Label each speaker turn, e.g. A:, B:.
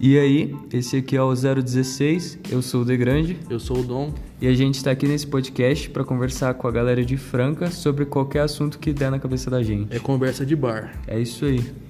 A: E aí, esse aqui é o 016, eu sou o De Grande
B: Eu sou o Dom.
A: e a gente está aqui nesse podcast para conversar com a galera de Franca sobre qualquer assunto que der na cabeça da gente.
B: É conversa de bar.
A: É isso aí.